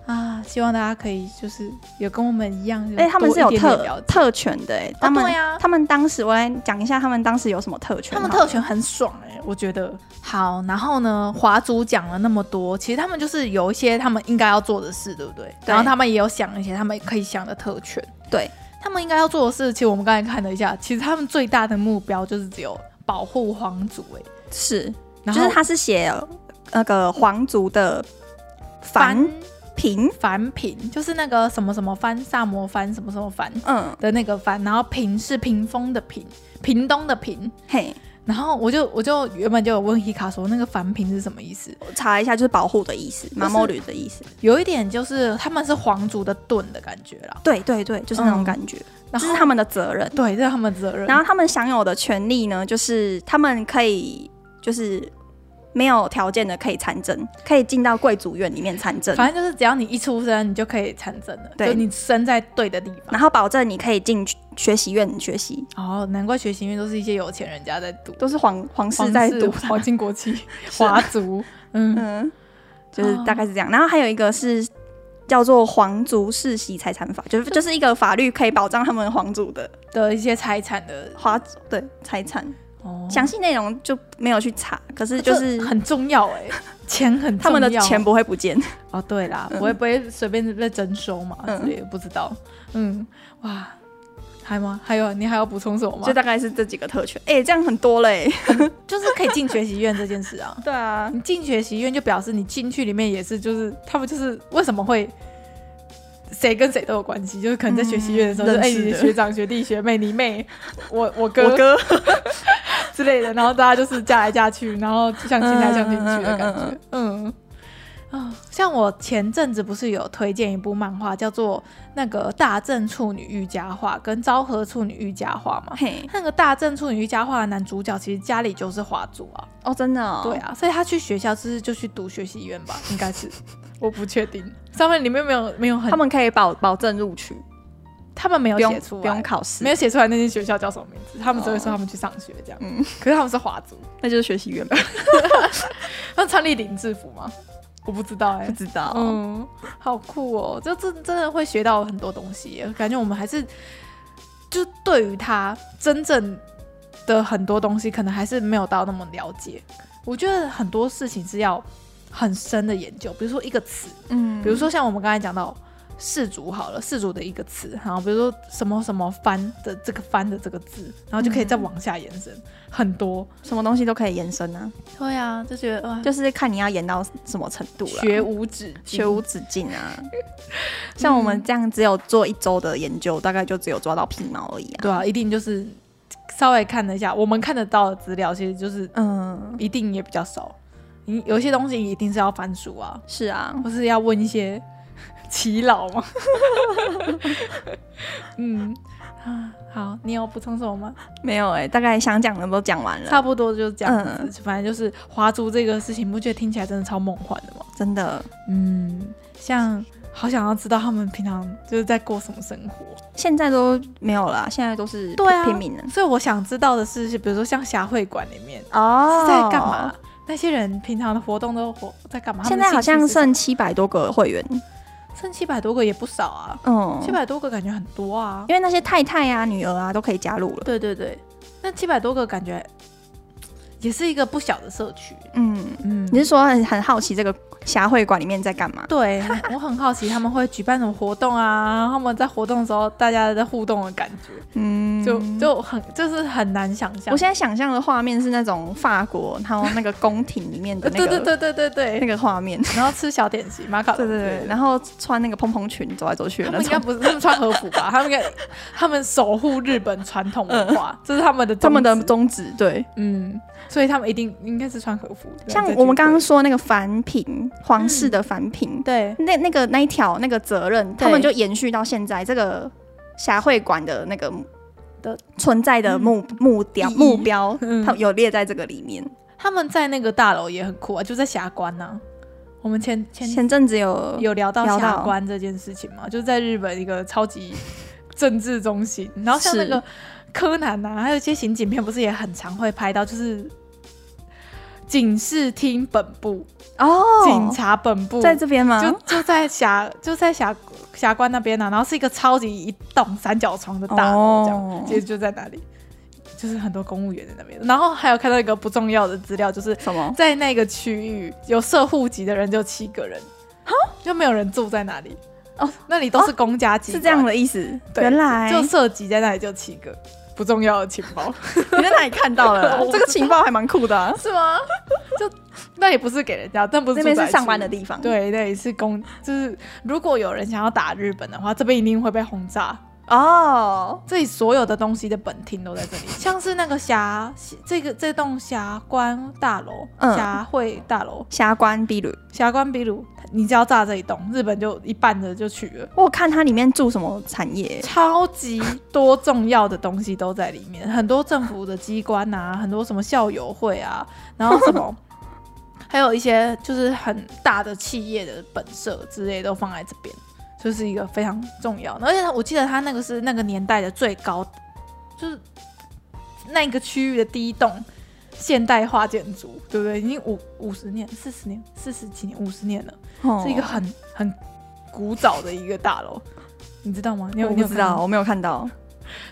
啊，希望大家可以就是有跟我们一样，
哎、他们是有
嗯多一
特
点啊点了解
特权的哎、他们、
对啊
他们当时我来讲一下，他们当时有什么特权
他
好了？
们特权很爽哎、我觉得好。然后呢，华族讲了那么多，其实他们就是有一些他们应该要做的事，对不对？
对
然后他们也有想一些他们可以想的特权。
对，
他们应该要做的事，其实我们刚才看了一下，其实他们最大的目标就是只有保护皇族哎、
是，
然
就
后
是他是写那个皇族的
藩
凡平，
藩平，就是那个什么什么藩，萨摩藩什么什么藩
嗯，
的那个藩，然后平是屏风的平，屏东的屏。
嘿，
然后我就我就原本就有问 Hika 说那个藩平是什么意思，
我查一下就是保护的意思，马莫吕的意思。
有一点就是他们是皇族的盾的感觉啦，
对对对，就是那种
嗯
感觉，
然
这
后
是他们的责任。
对，这是他们的责任。
然后他们享有的权利呢，就是他们可以就是没有条件的可以参政，可以进到贵族院里面参政，
反正就是只要你一出生，你就可以参政了，
对
就你生在对的地方。
然后保证你可以进学习院学习，
哦，难怪学习院都是一些有钱人家在读，
都是皇皇
皇
室
室
在啊读啦。
[LAUGHS] 皇亲国
[LAUGHS]
戚、华族，嗯，
嗯，就是大概是这
哦
样。然后还有一个是叫做皇族世袭财产法，就是就是一个法律可以保障他们皇族的
的一些财产的
花对财产，
哦，
详细内容就没有去查，可是就
这
是
很重要哎， [LAUGHS] 钱很
欸他们的
重要
钱不会不见。
哦，对啦，
嗯
不会不会随便被征收嘛
嗯
之类的，不知道。嗯，哇，还吗？还有你还要补充什么吗
就？大概是这几个特权，哎、这样很多嘞、
就是可以进学习院这件事啊。 [LAUGHS]
对啊，
你进学习院就表示你进去里面也是，就是他们就是为什么会谁跟谁都有关系，就是可能在学习院的时候，
嗯
就哎、
认识
你
的
的学长、学弟、学妹、你妹，我我哥
我哥，
之类的，然后大家就是嫁来嫁去，然后相亲来相亲去的感觉，嗯。啊、像我前阵子不是有推荐一部漫画，叫做那个《大正处女瑜伽画》跟《昭和处女瑜伽画》
[LAUGHS]
嘛。
[LAUGHS] 嘿，
那个《大正处女瑜伽画》的男主角其实家里就是华族啊，
哦，真的、哦，
对，啊，所以他去学校就是就去读学习院吧，应该是，我不确定。上面里面没有没有很，
他们可以保保证录取，
他们没有
不用
写出来，
不用考试，
没有写出来那间学校叫什么名字，他们只会说
哦
他们去上学这样。
嗯，
可是他们是华族，
那就是学习院吧，
[LAUGHS] 他们穿立领制服吗？我不知道哎、
不知道，
嗯，好酷哦！就真真的会学到很多东西耶，感觉我们还是就对于他真正的很多东西，可能还是没有到那么了解。我觉得很多事情是要很深的研究，比如说一个词，
嗯
比如说像我们刚才讲到氏族好了，氏族的一个词，然后比如说什么什么藩的这个藩的这个字，然后就可以再往下延伸、很多。
什么东西都可以延伸啊，
对啊，就觉得哇，
就是看你要延到什么程度了，
学无止境
[LAUGHS] 学无止境啊，像我们这样只有做一周的研究，大概就只有抓到皮毛而已啊，
对啊，一定就是稍微看了一下，我们看得到的资料，其实就是
嗯，
一定也比较少。你有一些东西一定是要翻书啊，
是啊，
或是要问一些 [LAUGHS] 耆老嘛。 [LAUGHS] 嗯啊，好，你有补充什么吗？
没有哎、大概想讲的都讲完了，
差不多就是这样子，
嗯
反正就是华族这个事情，不觉得听起来真的超梦幻的吗？
真的，
嗯，像好想要知道他们平常就是在过什么生活。
现在都没有了，现在都是
对啊
平民人。
所以我想知道的是，比如说像霞会馆里面，
哦
是在干嘛？？那些人平常的活动都活在干嘛？他
现
们
在
兴
好
趣
像
是什
剩
么
七百多个会员，
剩七百多个也不少啊，
嗯，
七，百多个感觉很多啊。
因为那些太太啊、女儿啊都可以加入了，
对对对，那七百多个感觉也是一个不小的社区。
嗯。
嗯，
你是说很很好奇这个霞会馆里面在干嘛？
对我很好奇他们会举办什么活动啊？ [LAUGHS] 他们在活动的时候大家在互动的感觉，
嗯，
就就很就是很难想象。
我现在想象的画面是那种法国，然后那个宫廷里面的
呃
那
[LAUGHS] 对
个
对对对对
那
对，
个画面，
然后吃小点心马卡龙
对
之
对
类的，
对，然后穿那个蓬蓬裙走来走去的
他
那
们应该
种，
不是他们穿和服吧？他们应该他们守护日本传统文化，这是他们的
嗯他们的
宗旨
宗旨对，
嗯，所以他们一定应该是穿和服。对嗯
像
这句
我们刚刚
对
说那个凡品，皇室的凡品，
对
那那个那一条那个责任，他们
对
就延续到现在这个霞会馆的那个
的嗯
存在的目、目标
意义
目标
嗯，
它有列在这个里面。
他们在那个大楼也很酷啊，就在霞关呐、我们前前
前阵子有
有聊到
聊
下
到
关这件事情吗？就是在日本一个超
[LAUGHS]
级政治中心，然后像那
是
个柯南啊，还有一些刑警片，不是也很常会拍到，就是警视厅本部、
哦，
警察本部
在这边吗？
就就在峡就在峡峡关那边啊，然后是一个超级一栋三角窗的大楼，这样，
哦
其实就在那里，就是很多公务员在那边。然后还有看到一个不重要的资料，就是
什么？
在那个区域有设户籍的人就七个人，就没有人住在那里
哦，
那里都是公家机
是
关、
这样的哎意思？
对，
原来
就涉及在那里就七个不重要的情报，
你在哪里看到了
我不知道
[LAUGHS] 这个情报还蛮酷
[LAUGHS]
的啊、
是吗？就那也不是给人家，但不是
那边
住宅
是上班
区
的地方，，
对，那里是公，就是如果有人想要打日本的话，这边一定会被轰炸。
哦，
这里所有的东西的本厅都在
[LAUGHS]
这里，像是那个霞，这个这栋霞关大楼、
嗯
霞会大楼、
霞关比鲁，
霞关比鲁，你只要炸这一栋，日本就一半的就去了。
我有看它里面住什么产业，
超级多重要的东西都在里面，很多政府的机关啊， [LAUGHS] 很多什么校友会啊，然后什么，还有一些就是很大的企业的本社之类都放在这边，就是一个非常重要的。而且我记得他那个是那个年代的最高，就是那个区域的第一栋现代化建筑，对不对？已经五五十年、四十年、四十几年、五十年了。
哦
是一个很很古早的一个大楼，你知道吗？你有
我
你
不
有
知
看
道，
过
我没有看到，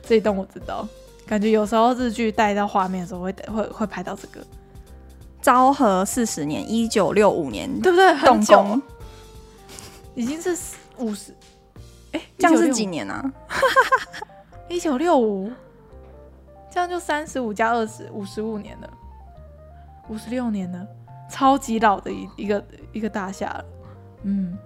这一栋我知道，感觉有时候日剧带到画面的时候会会会拍到这个，
昭和四十年，一九六五年
对不对？很
动
久
工，，
已经是五十，哎，
这样是几年啊？
一九六五，这样就三十五加二十五十五年了，五十六年了，超级老的一一个一个大厦了，嗯，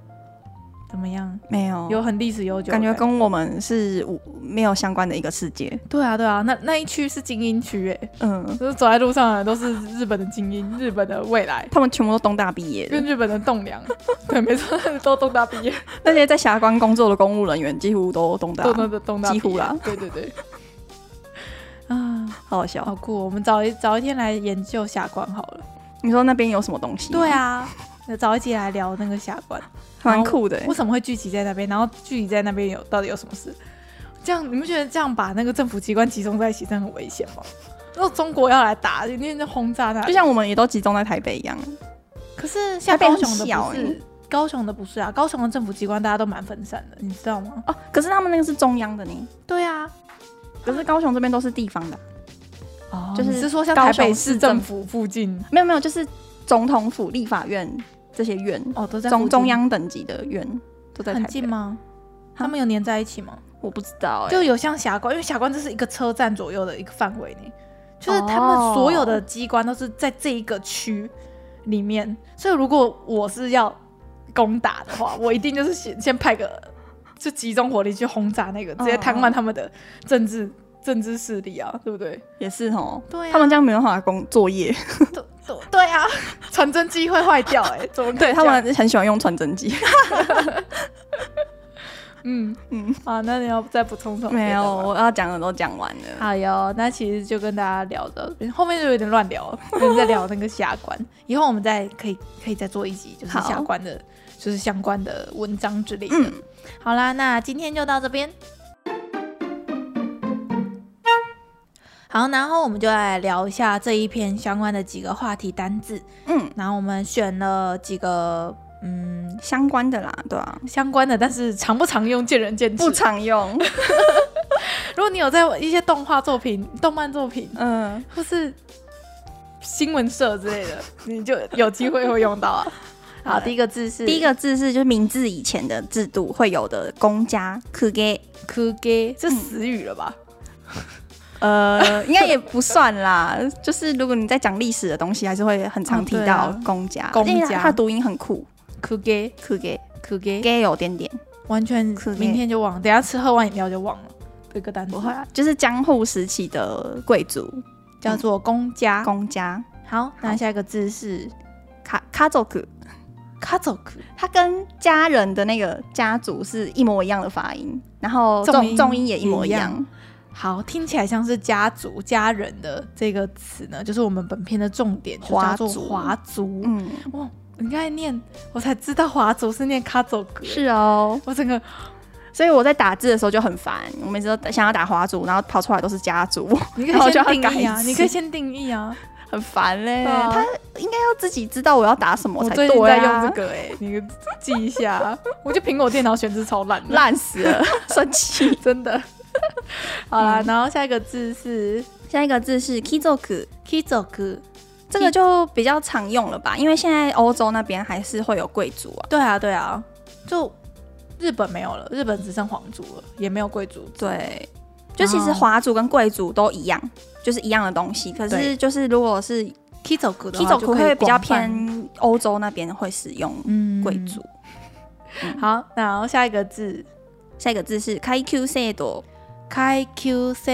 怎么样？
没有，
有很历史悠久的
哦感
感
觉跟我们是无没有相关的一个世界，
对啊对啊，那那一区是精英区哎、
嗯，
就是走在路上的人都是日本的精英，日本的未来，
他们全部都东大毕业
跟
的，
日本的栋 [LAUGHS] 梁。对，没错，都东大毕业，
那些在霞关工作的公务人员几乎都东大
都，都都东大毕业，
几乎啦
对对对。 [LAUGHS] 啊，
好好笑
好。酷哦！我们早一早一天来研究下关好了。
你说那边有什么东西？
对，啊，那早一集来聊那个下关，
蛮酷的欸。
为什么会聚集在那边？然后聚集在那边有到底有什么事？这样你们觉得这样把那个政府机关集中在一起，真的很危险吗？如果中国要来打，一定就轰炸那里
就像我们也都集中在台北一样，
可是像
台北
高
很
雄的
小
不
欸
是，高雄的不是啊，高雄的政府机关大家都蛮分散的，你知道吗？
哦，可是他们那个是中央的呢，
对啊，
可是高雄这边都是地方的，
哦
就是
是说像
高
台
雄
北
市
市政
政
府附近
没有没有，就是总统府、立法院这些院，
哦，都在附
中
近
中央等级的院都在台
很
北
近。吗？他们有粘在一起吗？
我不知道哎、
就有像霞关，因为霞关这是一个车站左右的一个范围内，就是
哦
他们所有的机关都是在这一个区里面，所以如果我是要攻打的话，我一定就是先先派个就集中火力去轰炸那个，直
嗯
接瘫痪他们的政治政治势力啊，对不
[LAUGHS]
对？
也是哦，
对啊
他们这样没办法工作业，
对对对啊，传真机会坏掉哎、欸，怎么可以
对他
这样
们很喜欢用传真机。
嗯嗯
嗯
啊，那你要再补充什么？
没有，。我要讲的都讲完了。
好哟，那其实就跟大家聊到这边，后面就有点乱聊了，就是在聊那个下
[LAUGHS]
关。以后我们再可以可以再做一集，就是
好
下关的，就是相关的文章之类的。
嗯，
好啦，那今天就到这边。好，然后我们就来聊一下这一篇相关的几个话题单字。
嗯，
然后我们选了几个嗯
相关的啦，对啊，
相关的，但是常不常用见仁见智。
不常 [LAUGHS] 用。
如果你有在一些动画作品、动漫作品
嗯，
或是新闻社之类的，
[LAUGHS]
你就有机会会用到啊。好，第一个字是
第一个字是就是明治以前的制度会有的公家 k u g
科
嗯
给，这死语了吧？
[LAUGHS] 呃，应该也不算啦。就是如果你在讲历史的东西，还是会很常提
哦对
到
啊
公家，
公家
因为它它读音很酷
科给，
k u g
科给，
gay 有点点，
完全
科给
明天就忘了，等一下吃喝完饮料就忘了。这个单词
不会啊，就是江户时期的贵族
叫做公家。
公家
好，那
好
下一个字是
卡卡族克，
家族，
它跟家人的那个家族是一模一样的发音，然后
重音
重重音也一模一
也一
样。
好，听起来像是家族、家人的这个词呢，就是我们本片的重点，就叫做
华族
华族。
嗯，
哇，你刚才念，我才知道华族是念卡祖格，
是哦。
我整个
所以我在打字的时候就很烦，我每次都想要打华族，然后跑出来都是家族， [LAUGHS]
你可
然后
以
我
先
就要
定义
改
啊，
一次
你可以先定义啊。
很烦嘞、
对啊
他应该要自己知道我要打什么
我
才
最
对、
近
啊、
在用这
[LAUGHS]
个哎、你记一下。我就苹果电脑选字超烂的，
烂死 [LAUGHS] 了，生气。
真 [LAUGHS] 的。好啦，然后下一个字是
下一个字是 kizoku，
kizoku。
这个就比较常用了吧，因为现在欧洲那边还是会有贵族啊。
对啊，对啊，就日本没有了，日本只剩皇族了，也没有贵族。
对，就
哦
其实华族跟贵族都一样，就是一样的东西。可是
对
就是如果是
kizoku 的
k i
话
z o
就
k
可以
会比较
广泛
偏欧洲那边会使用
嗯
贵族。。
好，然后下一个字
下一个字是 k q s e d o
kai q s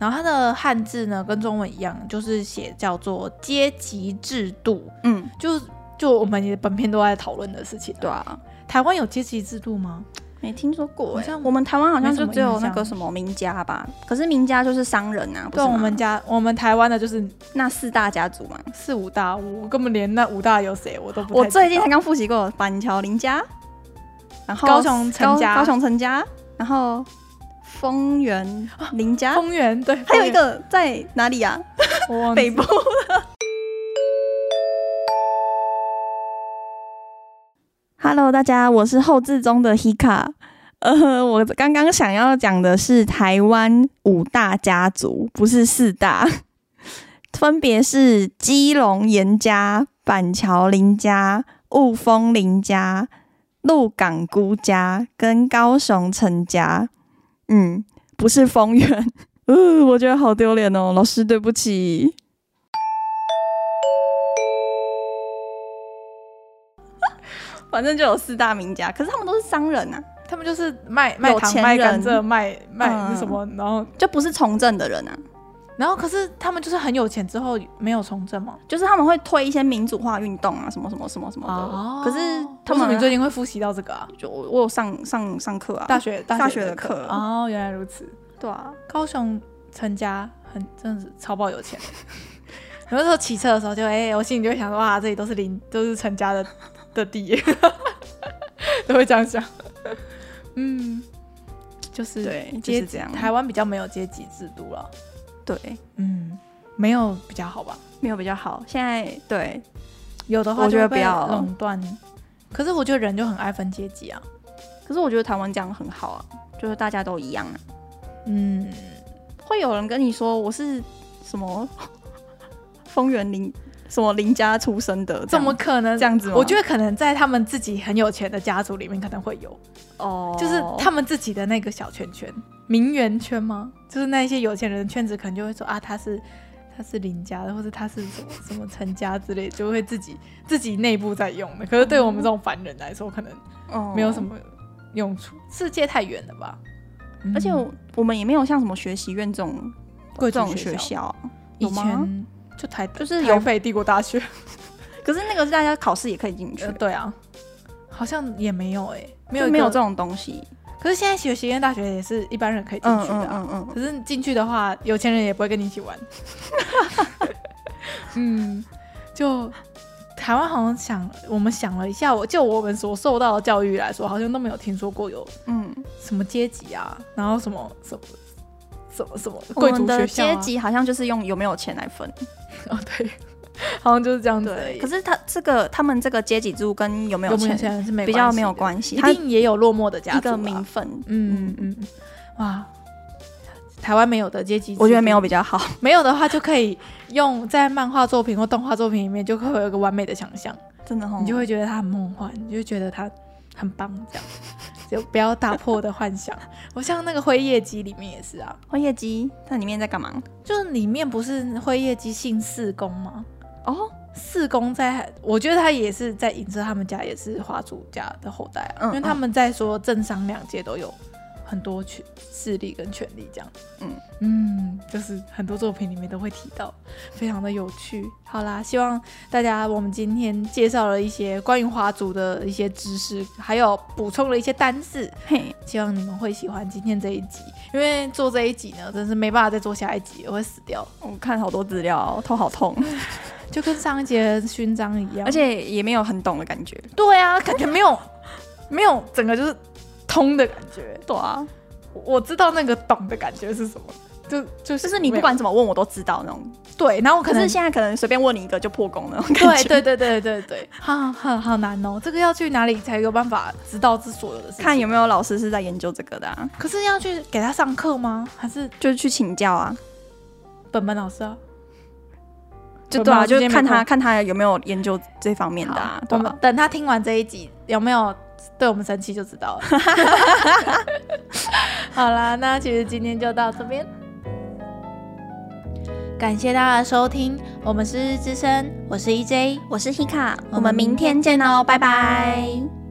然后它的汉字呢跟中文一样，就是写叫做阶级制度，
嗯，
就就我们也本片都在讨论的事情。
对，啊，
台湾有阶级制度吗？
没听说过
好
哎、
像
我们台湾好像
没什
就
么
只有
印
那
象
个什么名家吧，可是名家就是商人啊，不
对，
是吗
我们家我们台湾的就是
那四大家族嘛。
四五大，我根本连那五大有谁我都不太知道。
我最近才刚复习过板桥林家，然后
高雄陈家
高高雄陈家，然后丰原林家，
哦丰原对，
啊还有一个在哪里啊？
丰原我忘记
北部。Hello，大家，我是后置中的 Hika。呃，我刚刚想要讲的是台湾五大家族，不是四大， [LAUGHS] 分别是基隆严家、板桥林家、雾峰林家、鹿港孤家跟高雄陈家。嗯，不是丰原。 [LAUGHS] 嗯、我觉得好丢脸哦，老师对不起。反正就有四大名家，可是他们都是商人啊，
他们就是卖卖
有
糖、
钱
卖甘
人
蔗、卖卖
嗯
那什么，然后
就不是从政的人啊，
然后可是他们就是很有钱之后没有从政嘛。
就是他们会推一些民主化运动啊，什么什么什么哦什么的。可是他
哦为什么
们
你最近会复习到这个啊？
就我我有上上上课啊，
大学
大
学
学的
课
课
哦，原来如此。
对啊，
高雄陈家很真的是超爆有钱。 [LAUGHS] 有的时候骑车的时候就哎、我心里就会想说哇，这里都是林，都是陈家的 [LAUGHS] 的地，都会这样想。 [LAUGHS] 嗯，就是
对就是
阶级
这样
台湾比较没有阶级制度了，
对，
嗯，没有比较好吧？
没有比较好。现在对
有的话
我觉
就
得
会被
不要
垄断。可是我觉得人就很爱分阶级啊，
可是我觉得台湾这样很好啊，就是大家都一样啊。
嗯，
会有人跟你说我是什么 [LAUGHS] 丰原林什么林家出生的，
怎么可能
这样子吗
我觉得可能在他们自己很有钱的家族里面可能会有，
哦，
就是他们自己的那个小圈圈，名媛圈吗？就是那一些有钱人的圈子，可能就会说啊，他是他是林家的，或者他是什么什么陈家之类，就会自己自己内部在用的。可是对我们这种凡人来说，可能
哦
没有什，么用处，世界太远了吧？嗯
而且我我们也没有像什么学习院这种
贵
这
族
种学
校
校啊，
以
有吗？
前就台
就是有
台北帝国大
[LAUGHS]
学，
可是那个是大家考试也可以进去
呃，对啊，好像也没有哎、没有
就
一
没有
个
这种东西。
可是现在学实验大学也是一般人可以进
嗯
去的、
嗯
啊。
嗯嗯，
可是进去的话，有钱人也不会跟你一起
[LAUGHS]
玩。嗯，就台湾好像想，我们想了一下，我就我们所受到的教育来说，好像都没有听说过有
嗯，
什么阶级啊，然后什么什么什么什么
我
贵
们
族学
的
校、啊、[LAUGHS]
阶级好像就是用有没有钱来分。
哦，对，好像就是这样子而已。
对，可是他这个他们这个阶级制度跟有没
有
有
没有
钱
钱是没
比较
关系
没有
的，
关系，
一
他
定也有落寞的家
一
族、啊。
个名分。
嗯嗯嗯，哇，台湾没有的阶级，
我觉得没有比较好，
没有的话，就可以用在漫画作品或动画作品里面，就会有一个完美的想象，
[LAUGHS] 真的哦。
你就会觉得它很梦幻，你就会觉得它很棒，这样就不要打破我的幻想。我像那个《辉夜姬》里面也是啊，
灰夜姬，它里面在干嘛？
就是里面不是辉夜姬姓四公吗？
哦，
四公在，我觉得他也是在影射他们家也是华族家的后代啊、
嗯
因为他们在说政商两界都有很多权势力跟权力这样。
嗯
嗯，就是很多作品里面都会提到，非常的有趣。好啦，希望大家我们今天介绍了一些关于华族的一些知识，还有补充了一些单字，
嘿，
希望你们会喜欢今天这一集。因为做这一集呢，真是没办法再做下一集了，我会死掉，
我看好多资料哦，头好痛，
就跟上一节的勋章一样。
[LAUGHS] 而且也没有很懂的感觉。
对啊，感觉没有没有整个就是通的感觉。
对啊，
我我知道那个懂的感觉是什么，就就是
就是你不管怎么问我都知道那种。
对，然后我可
可
能
是现在可能随便问你一个就破功那种感
对
觉。
[LAUGHS] 对对对对对， [LAUGHS] 好好好难哦，这个要去哪里才有办法知道这所有的事情？
看有没有老师是在研究这个的、啊，
可是要去给他上课吗？还是
就是去请教啊，
本班老师啊？
就
我
对
妈
啊，
妈
就
今天
是看
没空
他看他有没有研究这方面的、啊
好，
对
我
吧、
们等他听完这一集有没有对我们生气就知道了。
[LAUGHS]
好啦，那其实今天就到这边，感谢大家的收听，我们是日之声，我是 E EJ。
我是 Hika，
我们明天
见哦，拜拜